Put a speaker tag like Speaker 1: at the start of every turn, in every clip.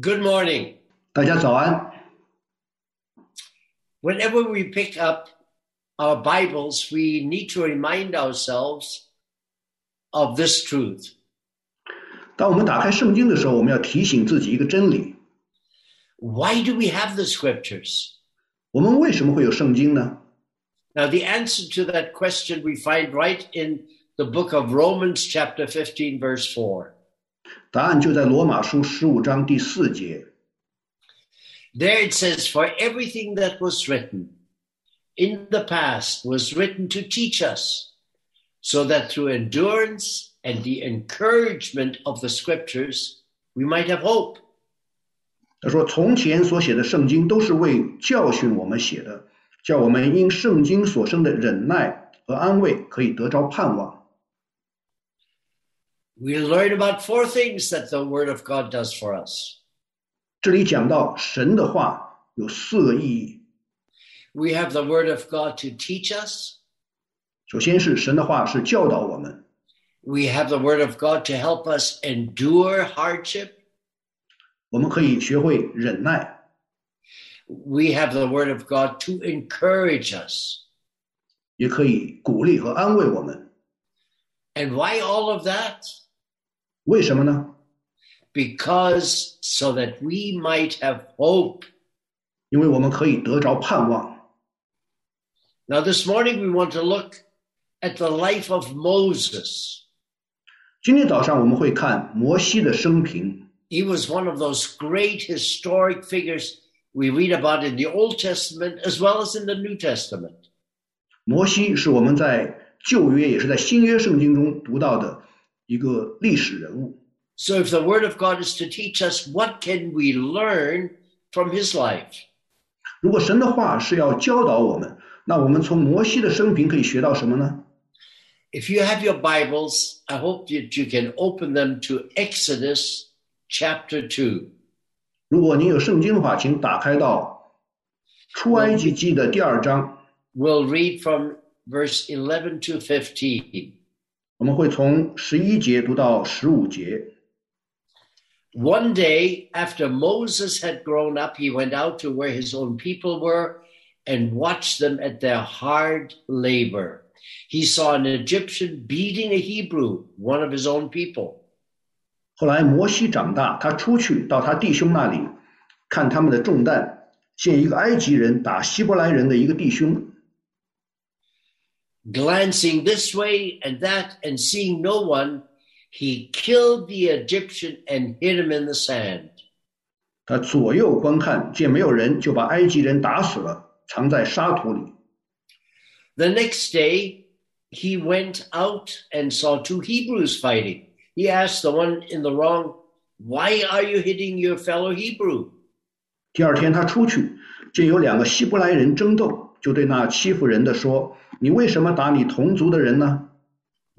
Speaker 1: Good morning.
Speaker 2: 大家早安。
Speaker 1: Whenever we pick up our Bibles, we need to remind ourselves of this truth.
Speaker 2: 当我们打开圣经的时候，我们要提醒自己一个真理：
Speaker 1: Why do we have the scriptures?
Speaker 2: 我们为什么会有圣经呢？
Speaker 1: Now, the answer to that question we find right in the book of Romans, chapter 15, verse 4.
Speaker 2: 答案就在罗马书十五章第四节。
Speaker 1: There it says, For everything that was written in the past was written to teach us, so that through endurance and the encouragement of the scriptures, we might have hope.
Speaker 2: 他说：“从前所写的圣经都是为教训我们写的，叫我们因圣经所生的忍耐和安慰，可以得着盼望。
Speaker 1: We learn about four things that the Word of God does for us. ”
Speaker 2: 这里讲到神的话有四个意义：
Speaker 1: We have the Word of God to teach us,
Speaker 2: 首先是神的话是教导我们，
Speaker 1: we have the Word of God to help us endure hardship,
Speaker 2: 我们可以学会忍耐；
Speaker 1: we have the Word of God to encourage us.
Speaker 2: 也可以鼓励和安慰我们。
Speaker 1: And why all of that?
Speaker 2: 为什么呢？
Speaker 1: Because so that we might have hope.
Speaker 2: 因为我们可以得着盼望。
Speaker 1: Now, this morning we want to look at the life of Moses.
Speaker 2: 今天早上我们会看摩西的生平。
Speaker 1: He was one of those great historic figures we read about in the Old Testament as well as in the New Testament.
Speaker 2: 摩西是我们在旧约也是在新约圣经中读到的一个历史人物。
Speaker 1: So, if the Word of God is to teach us, what can we learn from his life?
Speaker 2: 如果神的话是要教导我们，那我们从摩西的生平可以学到什么呢？
Speaker 1: If you have your Bibles, I hope that you can open them to Exodus chapter 2.
Speaker 2: 如果您有圣经的话，请打开到出埃及记的第二章，
Speaker 1: We'll read from verse 11 to 15.
Speaker 2: 我们会从十一节读到十五节。
Speaker 1: One day, after Moses had grown up, he went out to where his own people were and watched them at their hard labor. He saw an Egyptian beating a Hebrew, one of his own people.
Speaker 2: 后来摩西长大，他出去到他弟兄那里，看他们的重担，见一个埃及人打希伯来人的一个弟兄，
Speaker 1: Glancing this way and that and seeing no one, he killed the Egyptian and hid him in the sand.
Speaker 2: 他左右观看，见没有人，就把埃及人打死了，藏在沙土里。
Speaker 1: The next day, he went out and saw two Hebrews fighting. He asked the one in the wrong, Why are you hitting your fellow Hebrew?
Speaker 2: 第二天他出去，见有两个希伯来人争斗，就对那欺负人的说：“你为什么打你同族的人呢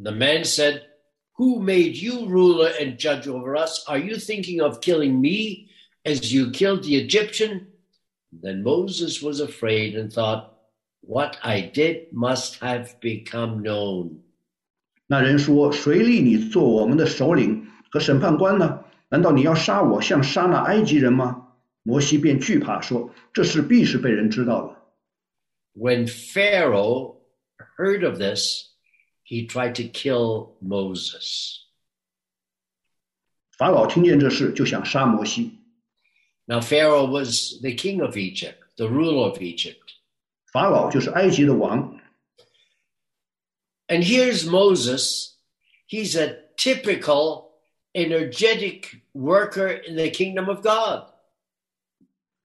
Speaker 1: The man said, Who made you ruler and judge over us? Are you thinking of killing me as you killed the Egyptian? Then Moses was afraid and thought, What I did must have become known.？”
Speaker 2: 那人说：“谁立你做我们的首领和审判官呢？难道你要杀我，像杀那埃及人吗？”摩西便惧怕，说：“这事必是被人知道了。
Speaker 1: When Pharaoh heard of this, he tried to kill Moses. ”
Speaker 2: 法老听见这事，就想杀摩西。
Speaker 1: Now, Pharaoh was the king of Egypt, the ruler of Egypt.
Speaker 2: 法老就是埃及的王，
Speaker 1: And here's Moses. He's a typical, energetic worker in the kingdom of God.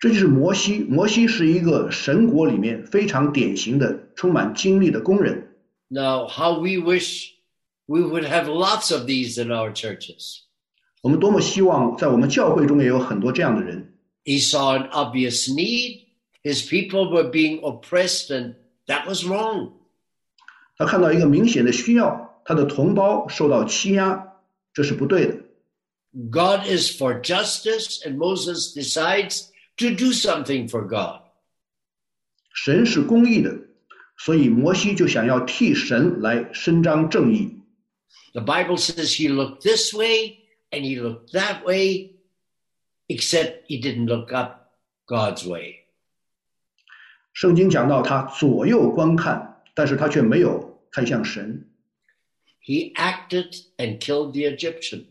Speaker 2: 这就是摩西。摩西是一个神国里面非常典型的、充满精力的工人。
Speaker 1: Now, how we wish we would have lots of these in our churches.
Speaker 2: 我们多么希望在我们教会中也有很多这样的人。
Speaker 1: He saw an obvious need. His people were being oppressed, and that was wrong.
Speaker 2: 他看到一个明显的需要，他的同胞受到欺压，这是不对的。
Speaker 1: God is for justice, and Moses decides to do something for God.
Speaker 2: 神是公义的，所以摩西就想要替神来伸张正义。
Speaker 1: The Bible says he looked this way and he looked that way, except he didn't look up God's way.
Speaker 2: 圣经讲到他左右观看，但是他却没有看向神，
Speaker 1: He acted and killed the Egyptian.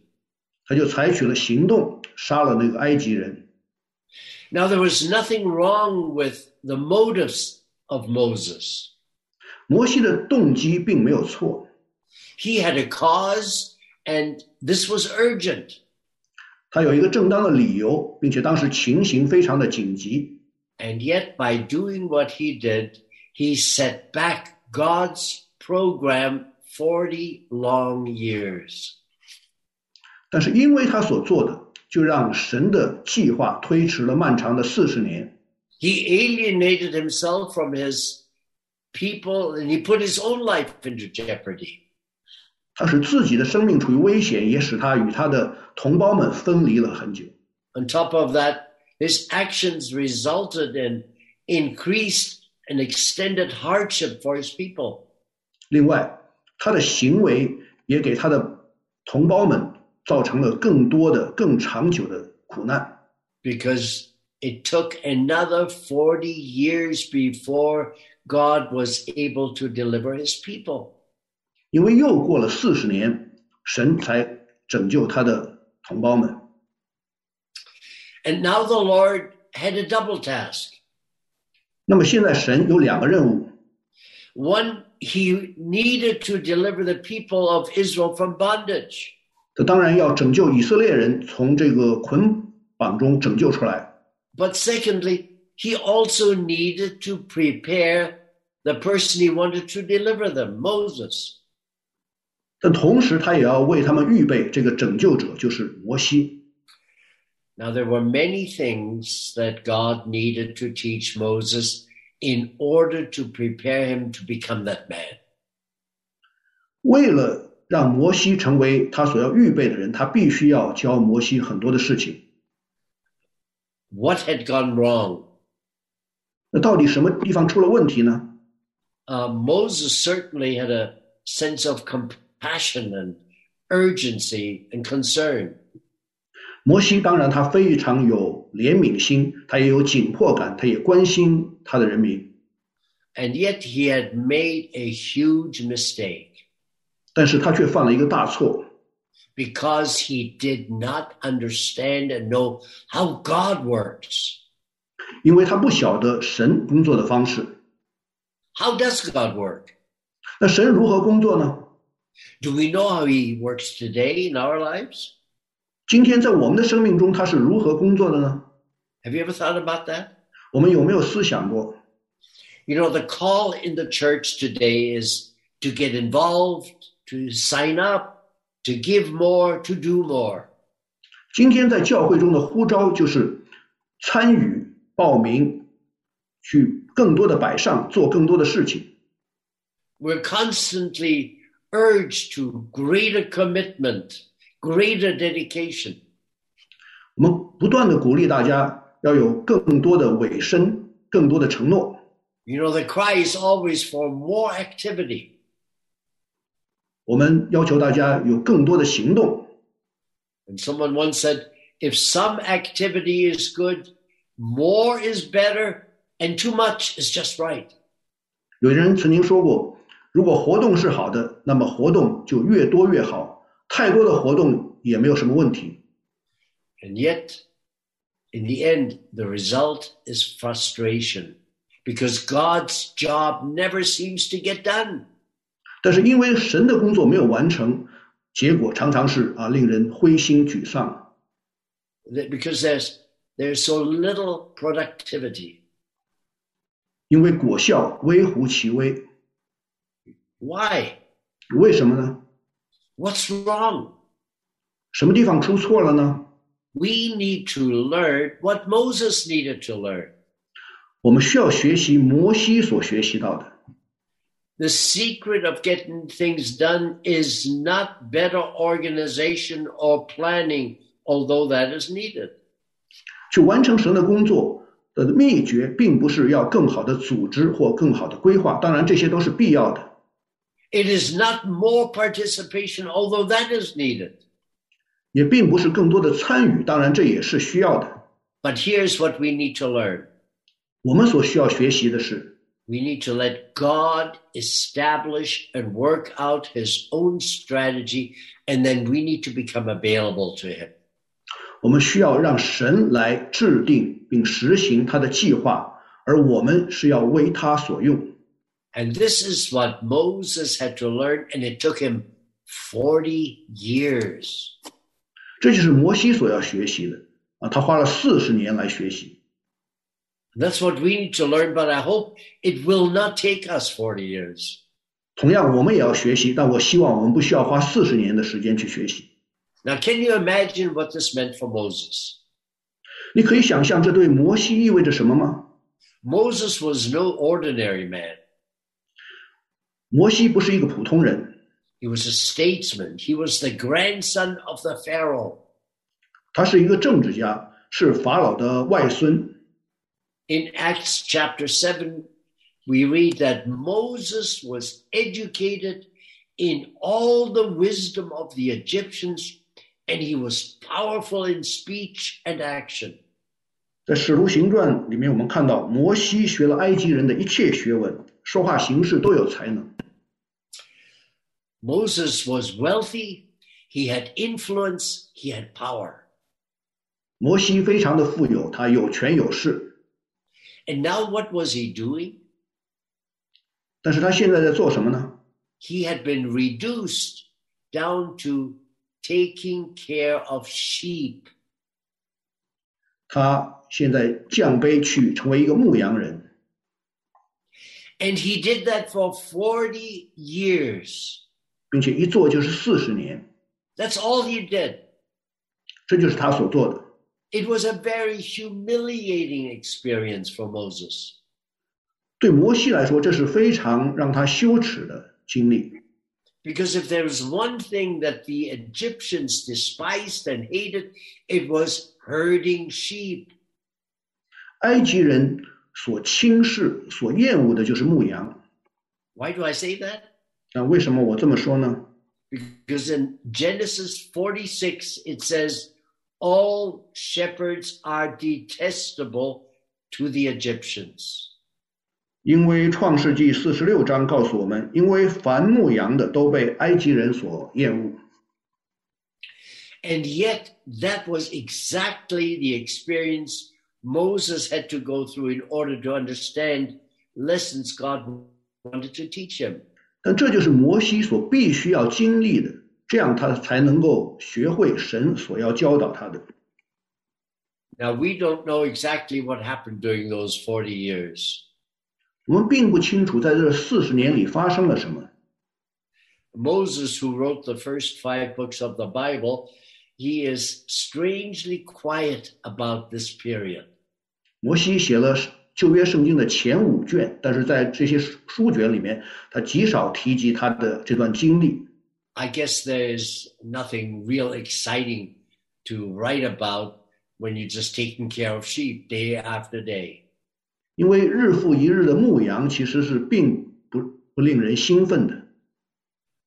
Speaker 2: 他就采取了行动，杀了那个埃及人。
Speaker 1: Now, there was nothing wrong with the motives of Moses.
Speaker 2: 摩西的动机并没有错，
Speaker 1: He had a cause, and this was urgent.
Speaker 2: 他有一个正当的理由，并且当时情形非常的紧急，
Speaker 1: And yet, by doing what he did, he set back God's program 40 long years.
Speaker 2: 但是因为他所做的，就让神的计划推迟了漫长的四十年。
Speaker 1: He alienated himself from his people and he put his own life into jeopardy.
Speaker 2: 他使自己的生命处于危险，也使他与他的同胞们分离了很久。
Speaker 1: On top of that, his actions resulted in increased and extended hardship for his people.
Speaker 2: 另外，他的行为也给他的同胞们造成了更多的、更长久的苦难，
Speaker 1: because it took another 40 years before God was able to deliver his people.
Speaker 2: 因为又过了四十年，神才拯救他的同胞们。
Speaker 1: And now the Lord had a double task.
Speaker 2: 那么现在，神有两个任务：
Speaker 1: One, he needed to deliver the people of Israel from bondage.
Speaker 2: 他当然要拯救以色列人从这个捆绑中拯救出来，
Speaker 1: But secondly, he also needed to prepare the person he wanted to deliver them, Moses.
Speaker 2: 但同时他也要为他们预备这个拯救者，就是摩西。
Speaker 1: Now, there were many things that God needed to teach Moses in order to prepare him to become that man.
Speaker 2: 为了让摩西成为他所要预备的人，他必须要教摩西很多的事情。
Speaker 1: What had gone wrong?
Speaker 2: 那到底什么地方出了问题呢？
Speaker 1: Uh, Moses certainly had a sense of compassion and urgency and concern.
Speaker 2: 摩西当然他非常有怜悯心，他也有紧迫感，他也关心他的人民。
Speaker 1: And yet he had made a huge mistake
Speaker 2: 但是他却犯了一个大错，
Speaker 1: because he did not understand and know how God works.
Speaker 2: 因为他不晓得神工作的方式。
Speaker 1: How does God work?
Speaker 2: 那神如何工作呢？
Speaker 1: Do we know how he works today in our lives?
Speaker 2: 今天在我们的生命中，他是如何工作的呢？
Speaker 1: Have you ever thought about that?
Speaker 2: 我们有没有思想过？
Speaker 1: You know, the call in the church today is to get involved, to sign up, to give more, to do more.
Speaker 2: 今天在教会中的呼召就是参与、报名，去更多的摆上，做更多的事情。
Speaker 1: We're constantly urged to greater commitment, greater dedication.
Speaker 2: 我们不断的鼓励大家要有更多的委身，更多的承诺。
Speaker 1: You know, the cry is always for more activity.
Speaker 2: 我们要求大家有更多的行动。
Speaker 1: And someone once said, if some activity is good, more is better, and too much is just right.
Speaker 2: 有人曾经说过，如果活动是好的，那么活动就越多越好，太多的活动也没有什么问题。
Speaker 1: And yet, in the end, the result is frustration because God's job never seems to get done.
Speaker 2: 但是因为神的工作没有完成，结果常常是啊令人灰心沮丧，
Speaker 1: That- Because there's there's so little productivity.
Speaker 2: 因为果效微乎其微。
Speaker 1: Why?
Speaker 2: 为什么呢？
Speaker 1: What's wrong?
Speaker 2: 什么地方出错了呢？
Speaker 1: We need to learn what Moses needed to learn.
Speaker 2: 我们需要学习摩西所学习到的。
Speaker 1: The secret of getting things done is not better organization or planning, although that is needed.
Speaker 2: 去完成神的工作的秘诀，并不是要更好的组织或更好的规划，当然这些都是必要的。
Speaker 1: It is not more participation, although that is needed.
Speaker 2: 也并不是更多的参与，当然这也是需要的。
Speaker 1: But here's what we need to learn
Speaker 2: 我们所需要学习的是，
Speaker 1: we need to let God establish and work out his own strategy, and then we need to become available to him.
Speaker 2: 我们需要让神来制定并实行他的计划，而我们是要为他所用。
Speaker 1: And this is what Moses had to learn, and it took him 40 years.
Speaker 2: 这就是摩西所要学习的啊，他花了四十年来学习。
Speaker 1: That's what we need to learn, but I hope it will not take us 40 years.
Speaker 2: 同样，我们也要学习，但我希望我们不需要花四十年的时间去学习。
Speaker 1: Now, can you imagine what this meant for Moses?
Speaker 2: 你可以想象这对摩西意味着什么吗？
Speaker 1: Moses was no ordinary man.
Speaker 2: 摩西不是一个普通人，
Speaker 1: He was a statesman. He was the grandson of the Pharaoh.
Speaker 2: 他是一个政治家，是法老的外孙。
Speaker 1: In Acts chapter 7, we read that Moses was educated in all the wisdom of the Egyptians, and he was powerful in speech and action.
Speaker 2: 在《使徒行传》里面，我们看到摩西学了埃及人的一切学问，说话行事都有才能。
Speaker 1: Moses was wealthy, he had influence, he had power.
Speaker 2: 摩西非常的富有，他有权有势，
Speaker 1: And now what was he doing?
Speaker 2: 但是他现在在做什么呢？
Speaker 1: He had been reduced down to taking care of sheep.
Speaker 2: 他现在降卑去成为一个牧羊人，
Speaker 1: And he did that for 40 years.
Speaker 2: 并且一做就是四十年，
Speaker 1: That's all he did.
Speaker 2: 这就是他所做的。
Speaker 1: It was a very humiliating experience for Moses.
Speaker 2: 对摩西来说，这是非常让他羞耻的经历。
Speaker 1: Because if there was one thing that the Egyptians despised and hated, it was herding sheep.
Speaker 2: 埃及人所轻视、所厌恶的就是牧羊。
Speaker 1: Why do I say that?
Speaker 2: 那为什么我这么说呢？
Speaker 1: Because in Genesis 46, it says, All shepherds are detestable to the Egyptians.
Speaker 2: 因为创世纪四十六章告诉我们，因为凡牧羊的都被埃及人所厌恶。
Speaker 1: And yet, that was exactly the experience Moses had to go through in order to understand lessons God wanted to teach him.
Speaker 2: 但这就是摩西所必须要经历的，这样他才能够学会神所要教导他的。
Speaker 1: Now, we don't know exactly what happened during those 40 years.
Speaker 2: 我们并不清楚在这四十年里发生了什么。
Speaker 1: Moses, who wrote the first five books of the Bible, he is strangely quiet about this period.
Speaker 2: 摩西写了旧约圣经的前五卷，但是在这些书卷里面，他极少提及他的这段经历。
Speaker 1: I guess there's nothing real exciting to write about when you're just taking care of sheep day after day.
Speaker 2: 因为日复一日的牧羊其实是并不不令人兴奋的，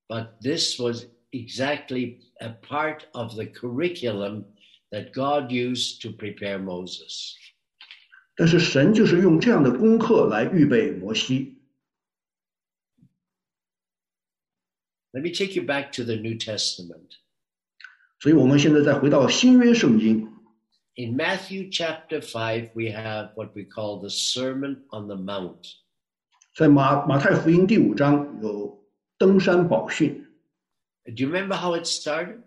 Speaker 1: But this was exactly a part of the curriculum that God used to prepare Moses.
Speaker 2: 但是神就是用这样的功课来预备摩西。
Speaker 1: Let me take you back to the New Testament.
Speaker 2: 所以我们现在再回到新约圣经，
Speaker 1: In Matthew chapter 5, we have what we call the Sermon on the Mount.
Speaker 2: 在马马太福音第五章有登山宝训，
Speaker 1: Do you remember how it started?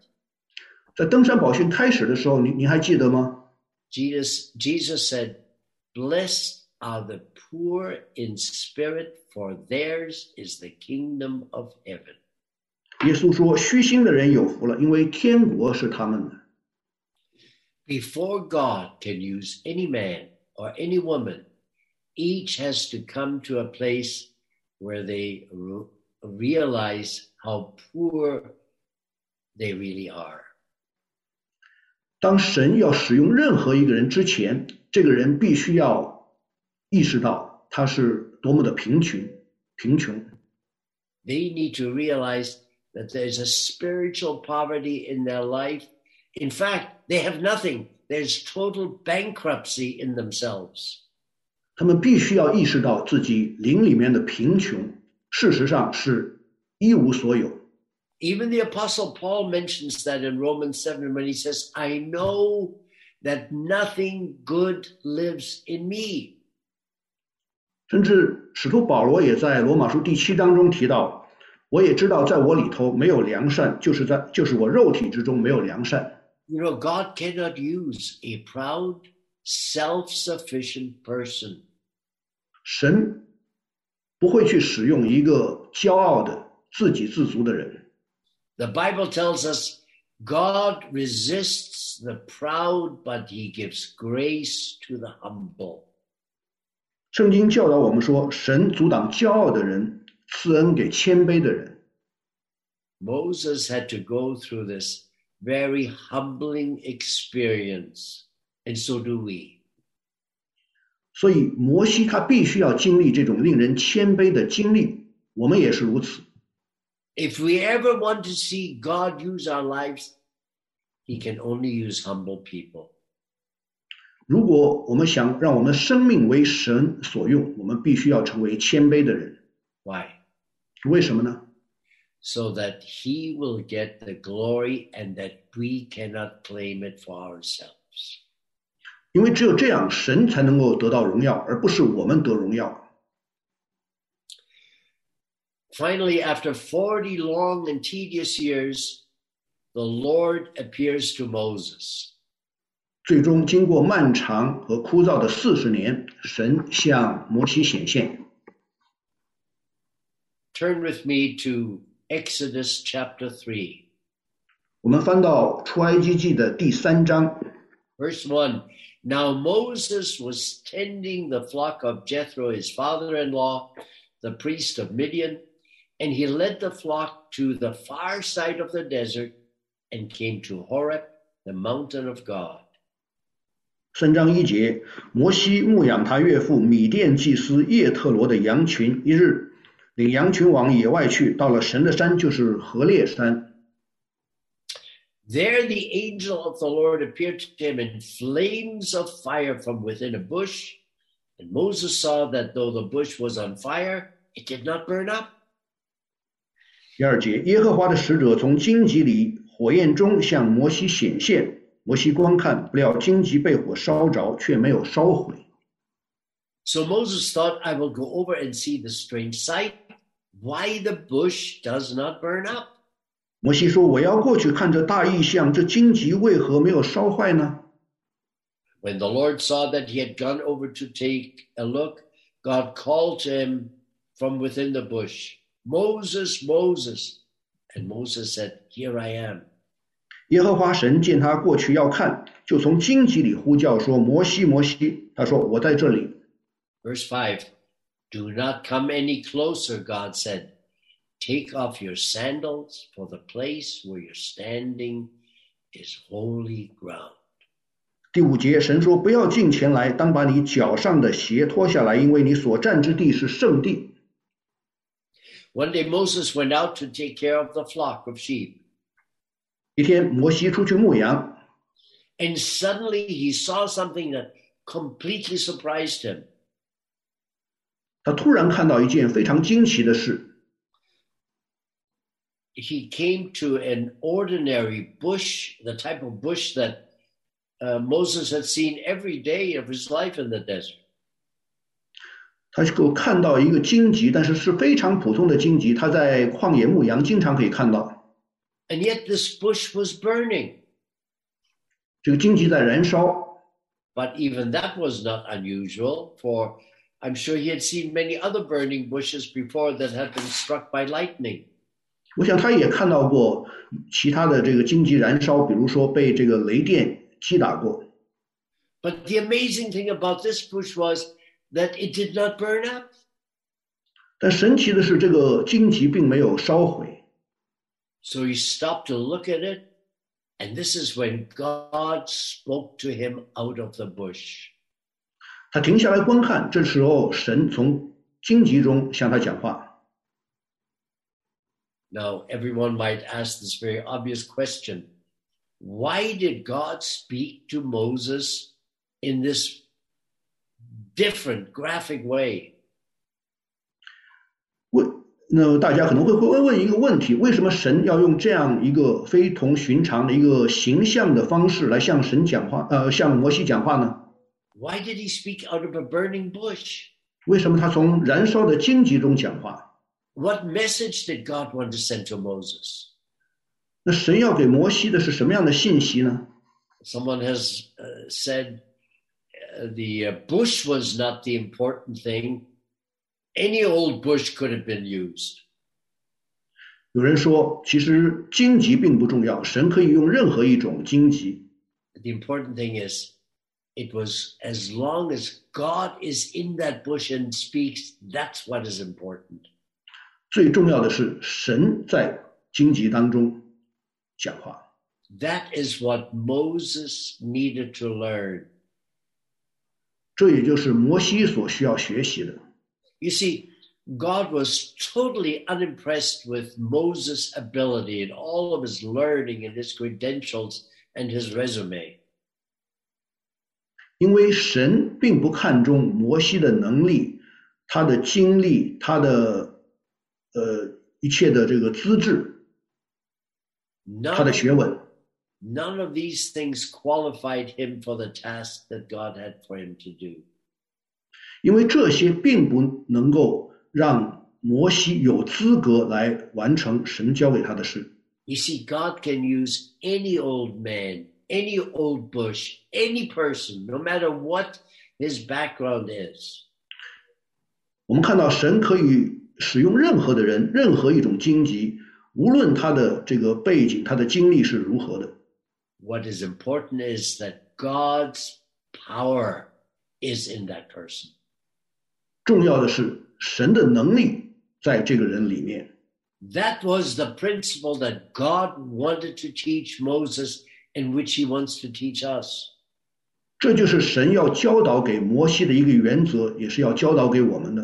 Speaker 2: 在登山宝训开始的时候，您您还记得吗？
Speaker 1: Jesus, Jesus said, Blessed are the poor in spirit, for theirs is the kingdom of heaven.
Speaker 2: 耶稣说：“虚心的人有福了，因为天国是他们的。
Speaker 1: Before God can use any man or any woman, each has to come to a place where they r- realize how poor they really are. ”
Speaker 2: 当神要使用任何一个人之前，这个人必须要意识到他是多么的贫穷，贫穷。
Speaker 1: They need to realize that there's a spiritual poverty in their life In fact, they have nothing. There's total bankruptcy in themselves.
Speaker 2: 他们必须要意识到自己灵里面的贫穷，事实上是一无所有。
Speaker 1: Even the Apostle Paul mentions that in Romans 7 when he says, I know that nothing good lives in me.
Speaker 2: 甚至使徒保罗也在罗马书第七章中提到：“我也知道，在我里头没有良善，就是在就是我肉体之中没有良善。
Speaker 1: You know, God cannot use a proud, self sufficient person.
Speaker 2: 神不会去使用一个骄傲的、自给自足的人。
Speaker 1: The Bible tells us God resists the proud, but he gives grace to the humble.
Speaker 2: 圣经教导我们说，神阻挡骄傲的人，赐恩给谦卑的人。
Speaker 1: Moses had to go through this very humbling experience, and so do we.
Speaker 2: 所以摩西他必须要经历这种令人谦卑的经历，我们也是如此。
Speaker 1: If we ever want to see God use our lives, He can only use humble people.
Speaker 2: 如果我们想让我们的生命为神所用，我们必须要成为谦卑的人。
Speaker 1: Why?
Speaker 2: 为什么呢？
Speaker 1: So that He will get the glory and that we cannot claim it for ourselves.
Speaker 2: 因为只有这样，神才能够得到荣耀，而不是我们得荣耀。
Speaker 1: Finally, after 40 long and tedious years, the Lord appears to Moses.
Speaker 2: 最终，经过漫长和枯燥的四十年，神向摩西显现。
Speaker 1: Turn with me to Exodus chapter 3.
Speaker 2: 我们翻到出埃及记的第三章，
Speaker 1: Verse 1 Now Moses was tending the flock of Jethro, his father in law, the priest of Midian, and he led the flock to the far side of the desert and came to Horeb, the mountain of God.
Speaker 2: 三章一节，摩西牧养他岳父米甸祭司叶特罗的羊群。一日，领羊群往野外去，到了神的山，就是河烈山。
Speaker 1: There the angel of the Lord appeared to him in flames of fire from within a bush. And Moses saw that though the bush was on fire, it did not burn up.
Speaker 2: 第二节，耶和华的使者从荆棘里火焰中向摩西显现。摩西观看，不料荆棘被火烧着，却没有烧毁。
Speaker 1: So Moses thought, I will go over and see the strange sight, why the bush does not burn up.
Speaker 2: 摩西说：“我要过去看这大异象，这荆棘为何没有烧坏呢
Speaker 1: When the Lord saw that he had gone over to take a look, God called to him from within the bush, Moses, Moses. And Moses said, Here I am.？”
Speaker 2: 耶和华神见他过去要看，就从荆棘里呼叫说：“摩西，摩西！”他说：“我在这里。
Speaker 1: Verse 5 Do not come any closer, God said. Take off your sandals, for the place where you're standing is holy ground. ”
Speaker 2: 第五节，神说：“不要近前来，当把你脚上的鞋脱下来，因为你所站之地是圣地。”
Speaker 1: One day Moses went out to take care of the flock of sheep.
Speaker 2: 一天，摩西出去牧羊，
Speaker 1: And suddenly he saw something that completely surprised him.
Speaker 2: 他突然看到一件非常惊奇的事：
Speaker 1: He came to an ordinary bush, the type of bush that uh, Moses had seen every day of his life in the desert.
Speaker 2: 他就看到一个荆棘，但是是非常普通的荆棘，他在旷野牧羊经常可以看到。
Speaker 1: And yet this bush was burning.
Speaker 2: 这个荆棘在燃烧，
Speaker 1: But even that was not unusual, for I'm sure he had seen many other burning bushes before that had been struck by lightning.
Speaker 2: 我想他也看到过其他的这个荆棘燃烧，比如说被这个雷电击打过。
Speaker 1: But the amazing thing about this bush was that it did not burn up.
Speaker 2: 但神奇的是，这个荆棘并没有烧毁。
Speaker 1: So he stopped to look at it. And this is when God spoke to him out of the bush.
Speaker 2: 他停下来观看，这时候神从荆棘中向他讲话。
Speaker 1: Now, everyone might ask this very obvious question why did God speak to Moses in this different graphic way?
Speaker 2: 问，那大家可能会会问问一个问题：为什么神要用这样一个非同寻常的一个形象的方式来向神讲话，呃，向摩西讲话呢？
Speaker 1: Why did he speak out of a burning bush?
Speaker 2: 为什么他从燃烧的荆棘中讲话？
Speaker 1: What message did God want to send to Moses?
Speaker 2: 那神要给摩西的是什么样的信息呢？
Speaker 1: Someone has uh, said uh, the uh, bush was not the important thing. Any old bush could have been used.
Speaker 2: 有人说，其实荆棘并不重要，神可以用任何一种荆棘。
Speaker 1: The important thing is, it was as long as God is in that bush and speaks, that's what is important.
Speaker 2: 最重要的是，神在荆棘当中讲话。
Speaker 1: That is what Moses needed to learn.
Speaker 2: 这也就是摩西所需要学习的。
Speaker 1: You see, God was totally unimpressed with Moses' ability and all of his learning and his credentials and his resume.
Speaker 2: 因为神并不看重摩西的能力、他的经历、他的呃一切的这个资质、他
Speaker 1: None
Speaker 2: 的
Speaker 1: of,
Speaker 2: 学问，
Speaker 1: none of these things qualified him for the task that God had for him to do.
Speaker 2: 因为这些并不能够让摩西有资格来完成神交给他的事。
Speaker 1: You see, God can use any old man, any old bush, any person, no matter what his background is.
Speaker 2: 我们看到神可以使用任何的人、任何一种荆棘，无论他的这个背景、他的经历是如何的。
Speaker 1: What is important is that God's power is in that person.
Speaker 2: 重要的是神的能力在这个人里面。
Speaker 1: That was the principle that God wanted to teach Moses and which he wants to teach us.
Speaker 2: 这就是神要教导给摩西的一个原则，也是要教导给我们的。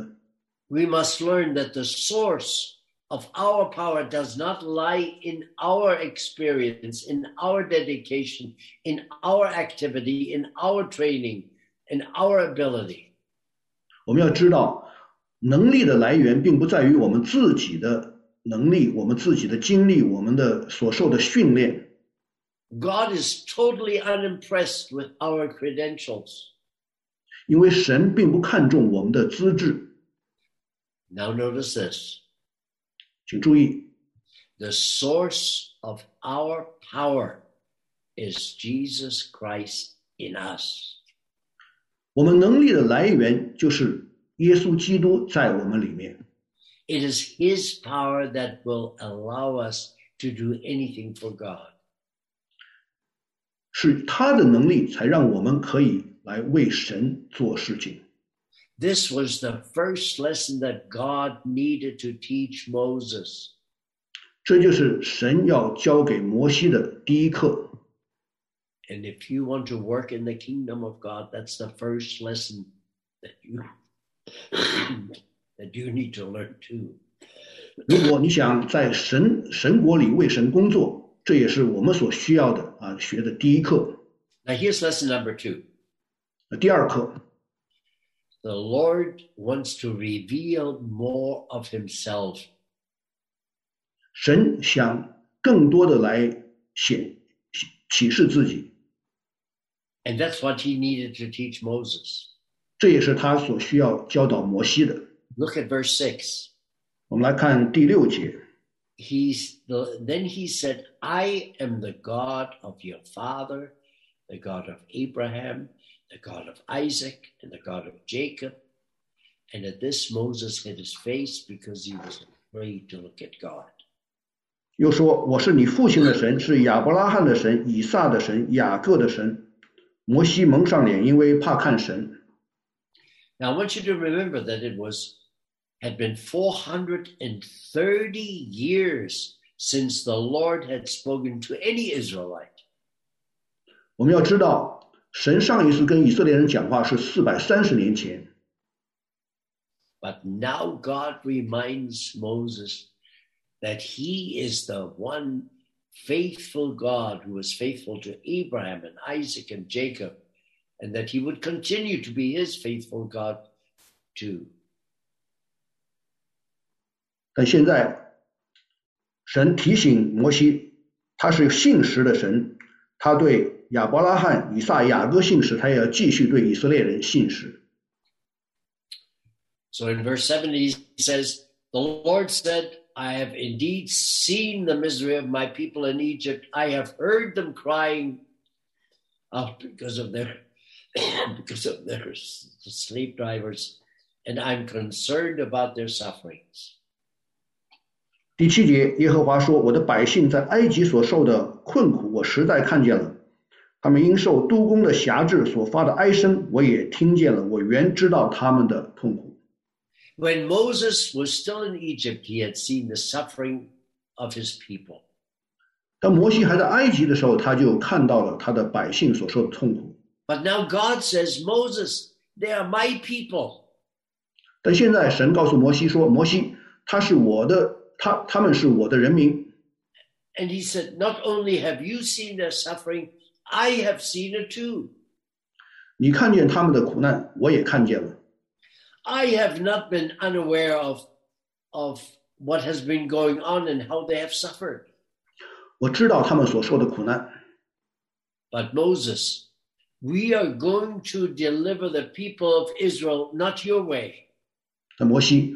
Speaker 1: We must learn that the source of our power does not lie in our experience, in our dedication, in our activity, in our training, in our ability.
Speaker 2: 我们要知道，能力的来源并不在于我们自己的能力、我们自己的经历、我们的所受的训练。
Speaker 1: God is totally unimpressed with our credentials.
Speaker 2: 因为神并不看重我们的资质。
Speaker 1: Now, notice this
Speaker 2: 请注意，
Speaker 1: the source of our power is Jesus Christ in us.
Speaker 2: 我们能力的来源就是耶稣基督在我们里面，
Speaker 1: It is His power that will allow us to do anything for God.
Speaker 2: 是他的能力才让我们可以来为神做事情。
Speaker 1: This was the first lesson that God needed to teach Moses.
Speaker 2: 这就是神要教给摩西的第一课。
Speaker 1: And if you want to work in the kingdom of God, that's the first lesson that you that you need to learn too.
Speaker 2: 如果你想在神神国里为神工作，这也是我们所需要的啊学的第一课。
Speaker 1: Now here's lesson number 2.
Speaker 2: 呃第二课，
Speaker 1: The Lord wants to reveal more of himself.
Speaker 2: 神想更多的来显启示自己，
Speaker 1: And that's what he needed to teach Moses.
Speaker 2: 这也是他所需要教导摩西的。
Speaker 1: Look at verse 6.
Speaker 2: 我们来看第六节，
Speaker 1: he's the, then he said, I am the God of your father, the God of Abraham, the God of Isaac, and the God of Jacob. And at this, Moses hid his face because he was afraid to look at God.
Speaker 2: 又说：“我是你父亲的神，是亚伯拉罕的神、以撒的神、雅各的神。”摩西蒙上脸，因为怕看神。
Speaker 1: Now, I want you to remember that it was had been 430 years since the Lord had spoken to any Israelite.
Speaker 2: 我们要知道，神上一次跟以色列人讲话是四百三十年前，
Speaker 1: But now God reminds Moses that he is the one faithful God who was faithful to Abraham and Isaac and Jacob, and that he would continue to be his faithful God too.
Speaker 2: 但现在，神提醒摩西，他是信实的神，他对亚伯拉罕、以撒、雅各信实，他也要继续对以色列人信实。
Speaker 1: So in verse 7, he says, The Lord said, I have indeed seen the misery of my people in Egypt. I have heard them crying out because of their because of their s- slave drivers, and I'm concerned about their sufferings.
Speaker 2: 第七节，耶和华说：“我的百姓在埃及所受的困苦，我实在看见了；他们因受督工的辖制所发的哀声，我也听见了。我原知道他们的痛苦。”
Speaker 1: When Moses was still in Egypt, he had seen the suffering of his people.
Speaker 2: 当摩西还在埃及的时候，他就看到了他的百姓所受的痛苦。
Speaker 1: But now God says, Moses, they are my people.
Speaker 2: 但现在神告诉摩西说：“摩西，他是我的，他他们是我的人民。
Speaker 1: And he said, Not only have you seen their suffering, I have seen it too.
Speaker 2: 你看见他们的苦难，我也看见了。
Speaker 1: I have not been unaware of of what has been going on and how they have suffered.
Speaker 2: 我知道他们所受的苦难。
Speaker 1: But Moses, we are going to deliver the people of Israel not your way. ”
Speaker 2: 那摩西，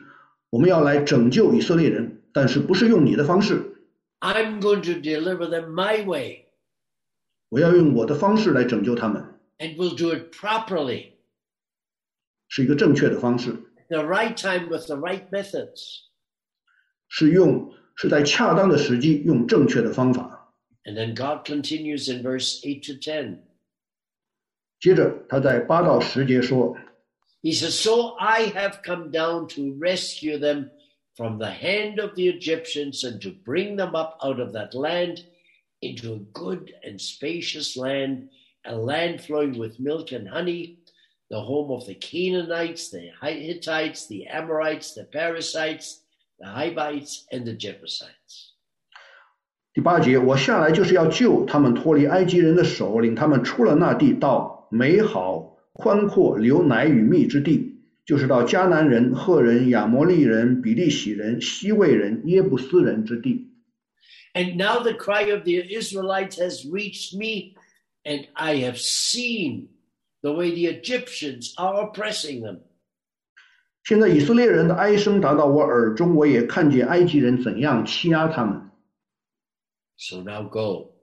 Speaker 2: 我们要来拯救以色列人，但是不是用你的方式？
Speaker 1: I'm going to deliver them my way
Speaker 2: 我要用我的方式来拯救他们，
Speaker 1: and we'll do it properly,
Speaker 2: 是一个正确的方式，
Speaker 1: at the right time with the right methods.
Speaker 2: 是用是在恰当的时机用正确的方法。
Speaker 1: And then God continues in verse 8 to 10.
Speaker 2: 接着他在八到十节说
Speaker 1: He says, So I have come down to rescue them from the hand of the Egyptians and to bring them up out of that land into a good and spacious land, a land flowing with milk and honey, the home of the Canaanites, the Hittites, the Amorites, the Perizzites, the Hivites, and the Jebusites.
Speaker 2: 第八节：“我下来就是要救他们脱离埃及人的手，领他们出了那地，到美好、宽阔、流奶与蜜之地，就是到迦南人、赫人、亚摩利人、比利洗人、西魏人、耶布斯人之地。”
Speaker 1: And now the cry of the Israelites has reached me, and I have seen the way the Egyptians are oppressing them.
Speaker 2: 现在以色列人的哀声达到我耳中，我也看见埃及人怎样欺压他们。
Speaker 1: So now go,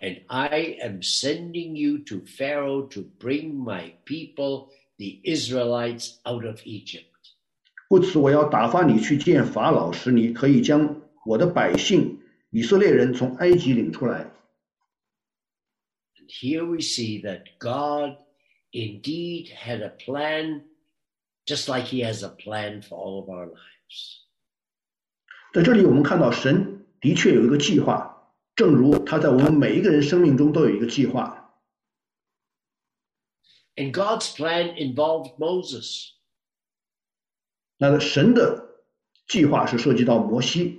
Speaker 1: and I am sending you to Pharaoh to bring my people, the Israelites, out of Egypt.
Speaker 2: 故此，我要打发你去见法老，使你可以将我的百姓以色列人从埃及领出来。
Speaker 1: And here we see that God indeed had a plan, just like He has a plan for all of our lives.
Speaker 2: 在这里，我们看到神的确有一个计划，正如他在我们每一个人生命中都有一个计划。
Speaker 1: And God's plan involved Moses.
Speaker 2: 那神的计划是涉及到摩西，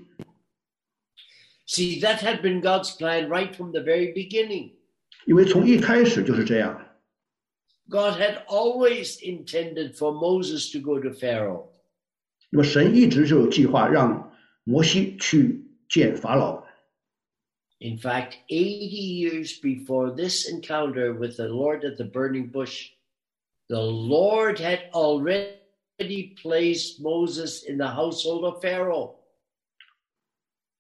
Speaker 1: See, that had been God's plan right from the very beginning.
Speaker 2: 因为从一开始就是这样。
Speaker 1: God had always intended for Moses to go to Pharaoh.
Speaker 2: 那么神一直就有计划让摩西去见法老。
Speaker 1: In fact, 80 years before this encounter with the Lord at the burning bush, the Lord had already placed Moses in the household of Pharaoh.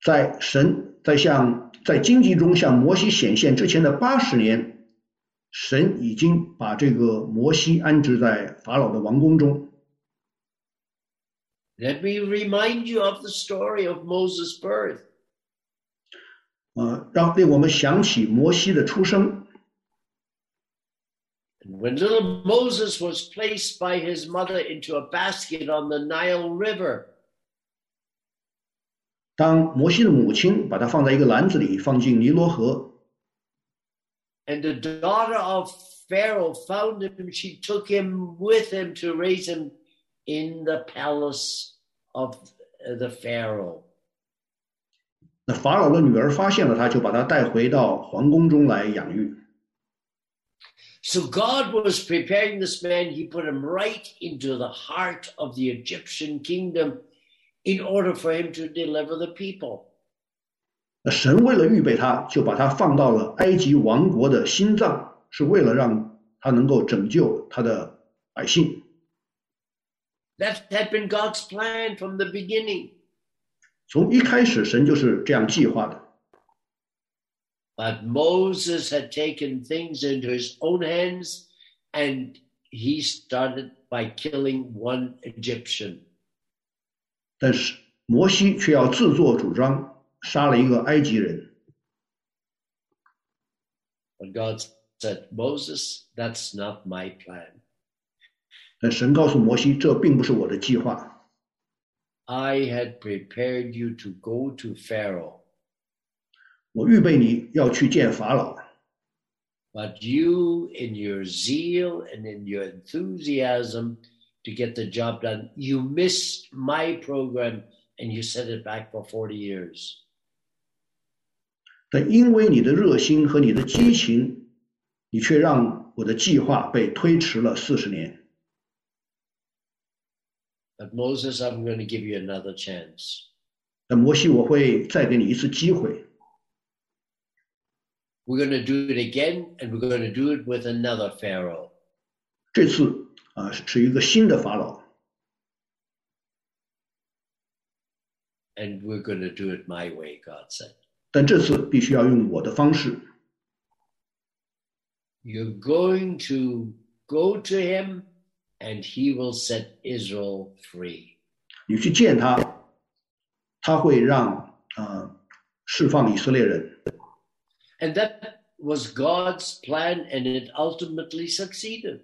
Speaker 2: 在神在向在荆棘中向摩西显现之前的八十年，神已经把这个摩西安置在法老的王宫中。
Speaker 1: Let me remind you of the story of Moses' birth.
Speaker 2: 呃，让令我们想起摩西的出生。
Speaker 1: And when little Moses was placed by his mother into a basket on the Nile River,
Speaker 2: 当摩西的母亲把他放在一个篮子里，放进尼罗河，
Speaker 1: and the daughter of Pharaoh found him, she took him with him to raise him in the palace of uh, the Pharaoh.
Speaker 2: 那法老的女儿发现了他，就把他带回到皇宫中来养育。
Speaker 1: So God was preparing this man. He put him right into the heart of the Egyptian kingdom in order for him to deliver the people.
Speaker 2: 那神为了预备他，就把他放到了埃及王国的心脏，是为了让他能够拯救他的百姓。
Speaker 1: That had been God's plan from the beginning.
Speaker 2: 从一开始，神就是这样计划的。
Speaker 1: But Moses had taken things into his own hands and he started by killing one Egyptian.
Speaker 2: 但是摩西却要自作主张，杀了一个埃及人。
Speaker 1: But God said, Moses, that's not my plan.
Speaker 2: 但神告诉摩西，这并不是我的计划，
Speaker 1: I had prepared you to go to Pharaoh,
Speaker 2: 我预备你要去见法老，
Speaker 1: but you, in your zeal and in your enthusiasm to get the job done, you missed my program and you set it back for 40 years.
Speaker 2: 但因为你的热心和你的激情，你却让我的计划被推迟了四十年。
Speaker 1: But Moses, I'm going to give you another chance.
Speaker 2: 那摩西，我会再给你一次机会，
Speaker 1: We're going to do it again, and we're going to do it with another Pharaoh.
Speaker 2: 这次啊是一个新的法老，
Speaker 1: And we're going to do it my way, God said.
Speaker 2: 但这次必须要用我的方式。
Speaker 1: You're going to go to him, and he will set Israel free.
Speaker 2: 你去见他，他会让啊、呃释放以色列人。
Speaker 1: And that was God's plan, and it ultimately succeeded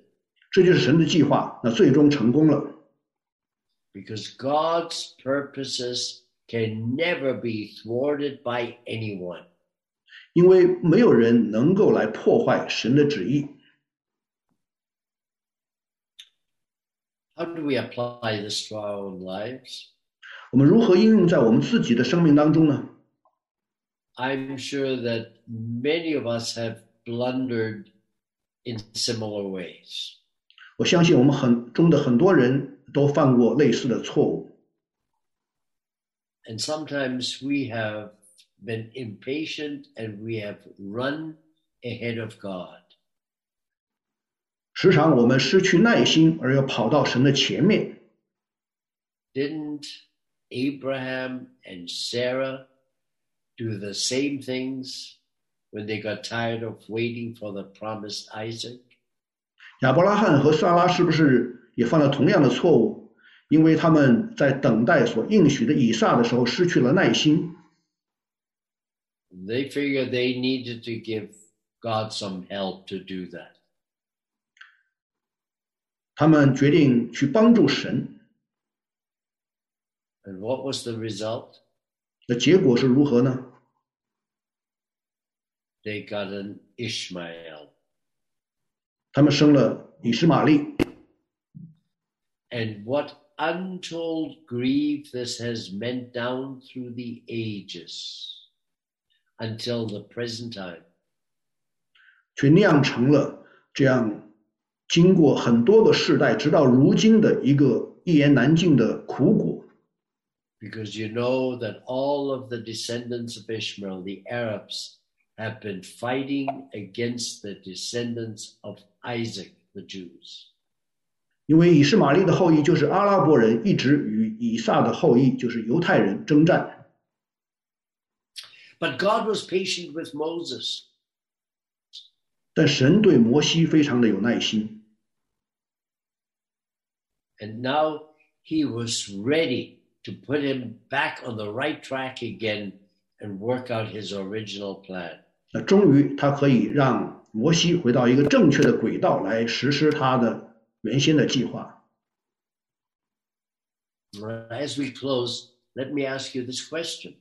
Speaker 2: 这就是神的计划，那最终成功了，
Speaker 1: because God's purposes can never be thwarted by anyone.
Speaker 2: 因为没有人能够来破坏神的旨意。
Speaker 1: How do we apply this to our own lives?
Speaker 2: 我们如何应用在我们自己的生命当中呢？
Speaker 1: I'm sure that many of us have blundered in similar ways.
Speaker 2: 我相信我们很中的很多人都犯过类似的错误，
Speaker 1: And sometimes we have been impatient and we have run ahead of God.
Speaker 2: 时常我们失去耐心，而要跑到神的前面。
Speaker 1: Didn't Abraham and Sarah do the same things when they got tired of waiting for the promised Isaac?
Speaker 2: 亚伯拉罕和撒拉是不是也犯了同样的错误？因为他们在等待所应许的以撒的时候失去了耐心，
Speaker 1: They figured they needed to give God some help to do that.
Speaker 2: 他们决定去帮助神。
Speaker 1: And what was the result?
Speaker 2: 那结果是如何呢？
Speaker 1: they got an Ishmael.
Speaker 2: 他们生了以实玛利，
Speaker 1: And what untold grief this has meant down through the ages until the present time.
Speaker 2: 却酿成了这样经过很多个世代，直到如今的一个一言难尽的苦果。
Speaker 1: Because you know that all of the descendants of Ishmael, the Arabs, have been fighting against the descendants of Isaac, the Jews.
Speaker 2: 因为以实玛利的后裔就是阿拉伯人，一直与以撒的后裔就是犹太人征战。
Speaker 1: But God was patient with Moses.
Speaker 2: 但神对摩西非常的有耐心，
Speaker 1: And now he was ready to put him back on the right track again and work out his original plan.
Speaker 2: 那终于他可以让摩西回到一个正确的轨道来实施他的原先的计划。
Speaker 1: As we close, let me ask you this question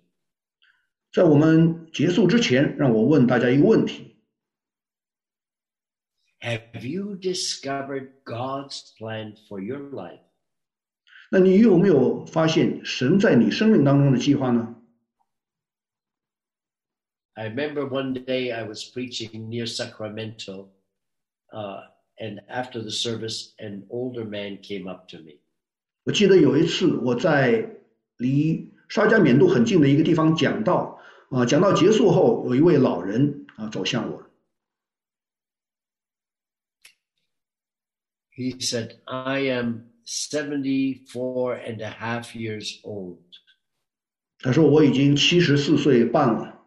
Speaker 2: 在我们结束之前，让我问大家一个问题：
Speaker 1: Have you discovered God's plan for your life?
Speaker 2: 那你有没有发现神在你生命当中的计划呢？
Speaker 1: I remember one day I was preaching near Sacramento, uh, and after the service, an older man came up to me.
Speaker 2: 我记得有一次我在离沙加缅度很近的一个地方讲道，啊，讲到结束后，有一位老人啊走向我，
Speaker 1: He said, I am 74 and a half years old.
Speaker 2: 他说我已经七十四岁半了，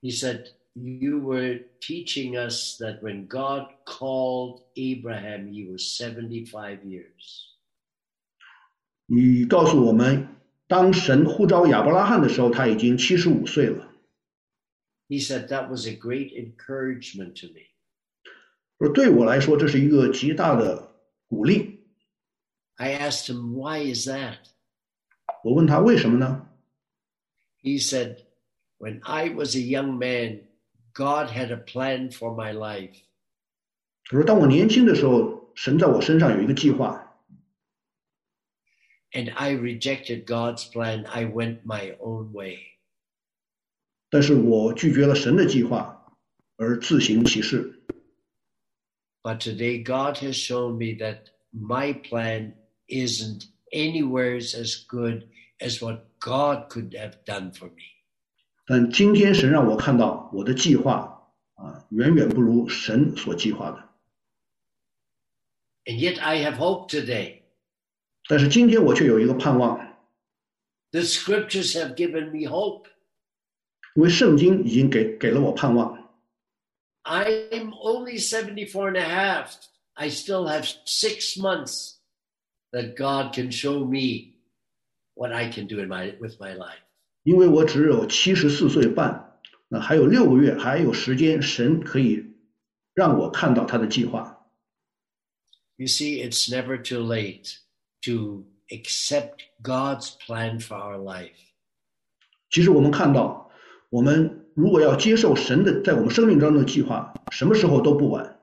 Speaker 1: He said, You were teaching us that when God called Abraham, he was 75 years.
Speaker 2: 你告诉我们，当神呼召亚伯拉罕的时候，他已经七十五岁了。
Speaker 1: He said, That was a great encouragement to me.
Speaker 2: 说对我来说，这是一个极大的鼓励。
Speaker 1: I asked him, Why is that?
Speaker 2: 我问他为什么呢？
Speaker 1: He said, When I was a young man, God had a plan for my life.
Speaker 2: 他说，当我年轻的时候，神在我身上有一个计划，
Speaker 1: And I rejected God's plan. I went my own way.
Speaker 2: 但是我拒绝了神的计划，而自行其事。
Speaker 1: But today, God has shown me that my plan isn't anywheres as good as what God could have done for me.
Speaker 2: 但今天神让我看到我的计划啊，远远不如神所计划的。
Speaker 1: And yet, I have hope today.
Speaker 2: 但是今天我却有一个盼望，
Speaker 1: The scriptures have given me hope.
Speaker 2: 因为圣经已经给给了我盼望。
Speaker 1: I'm only 74 and a half. I still have six months that God can show me what I can do in my, with my life.
Speaker 2: 因为我只有七十四岁半，那还有六个月，还有时间，神可以让我看到他的计划。
Speaker 1: You see, it's never too late to accept God's plan for our life.
Speaker 2: 其实我们看到，我们如果要接受神的在我们生命当中的计划，什么时候都不晚。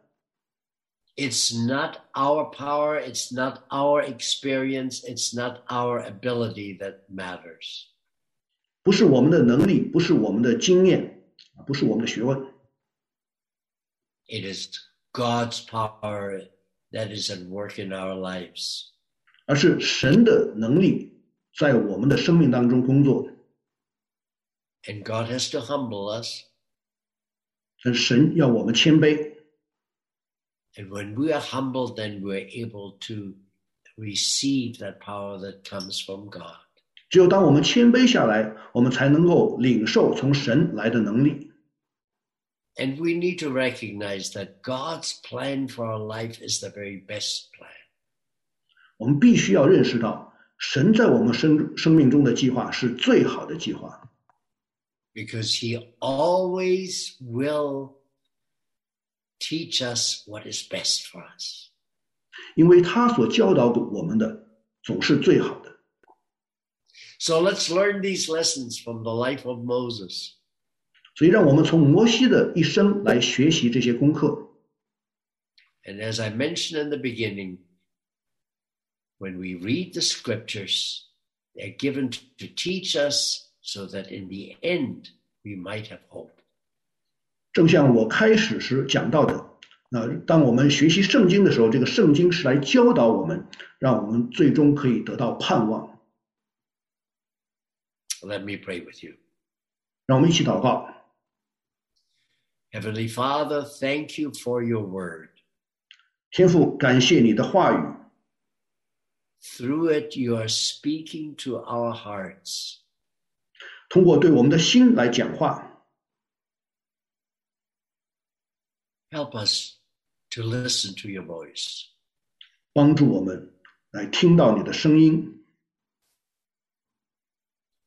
Speaker 1: It's not our power, it's not our experience, it's not our ability that matters.
Speaker 2: 不是我们的能力，不是我们的经验，不是我们的学问，
Speaker 1: It is God's power that is at work in our lives.
Speaker 2: 而是神的能力在我们的生命当中工作。
Speaker 1: And God has to humble us.
Speaker 2: 但神要我们谦卑，
Speaker 1: And when we are humbled, then we're able to receive that power that comes from God.
Speaker 2: 只有当我们谦卑下来，我们才能够领受从神来的能力。
Speaker 1: And we need to recognize that God's plan for our life is the very best plan.
Speaker 2: 我们必须要认识到，神在我们生生命中的计划是最好的计划，
Speaker 1: because he always will teach us what is best for us.
Speaker 2: 因为他所教导给我们的总是最好的。
Speaker 1: So let's learn these lessons from the life of Moses.
Speaker 2: 所以，让我们从摩西的一生来学习这些功课。
Speaker 1: And as I mentioned in the beginning, when we read the scriptures, they're given t- to teach us so that in the end we might have hope.
Speaker 2: 正像我开始时讲到的，那当我们学习圣经的时候，这个圣经是来教导我们，让我们最终可以得到盼望。
Speaker 1: Let me pray with you.
Speaker 2: 让我们一起祷告，
Speaker 1: Heavenly Father, thank you for your word.
Speaker 2: 天父，感谢你的话语，
Speaker 1: Through it, you are speaking to our hearts.
Speaker 2: 通过对我们的心来讲话。
Speaker 1: Help us to listen to your voice.
Speaker 2: 帮助我们来听到你的声音。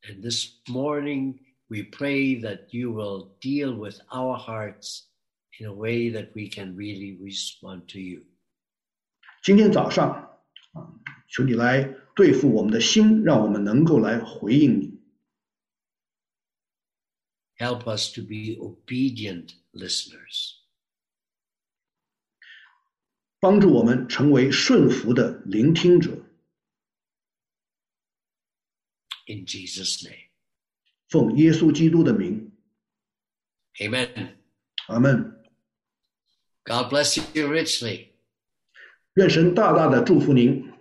Speaker 1: And this morning, we pray that you will deal with our hearts in a way that we can really respond to you.
Speaker 2: 今天早上啊，求你来对付我们的心，让我们能够来回应你，
Speaker 1: Help us to be obedient listeners.
Speaker 2: 帮助我们成为顺服的聆听者。
Speaker 1: In Jesus' name.
Speaker 2: 奉耶稣基督的名，
Speaker 1: Amen.
Speaker 2: 阿门。
Speaker 1: God bless you richly.
Speaker 2: 愿神大大的祝福您。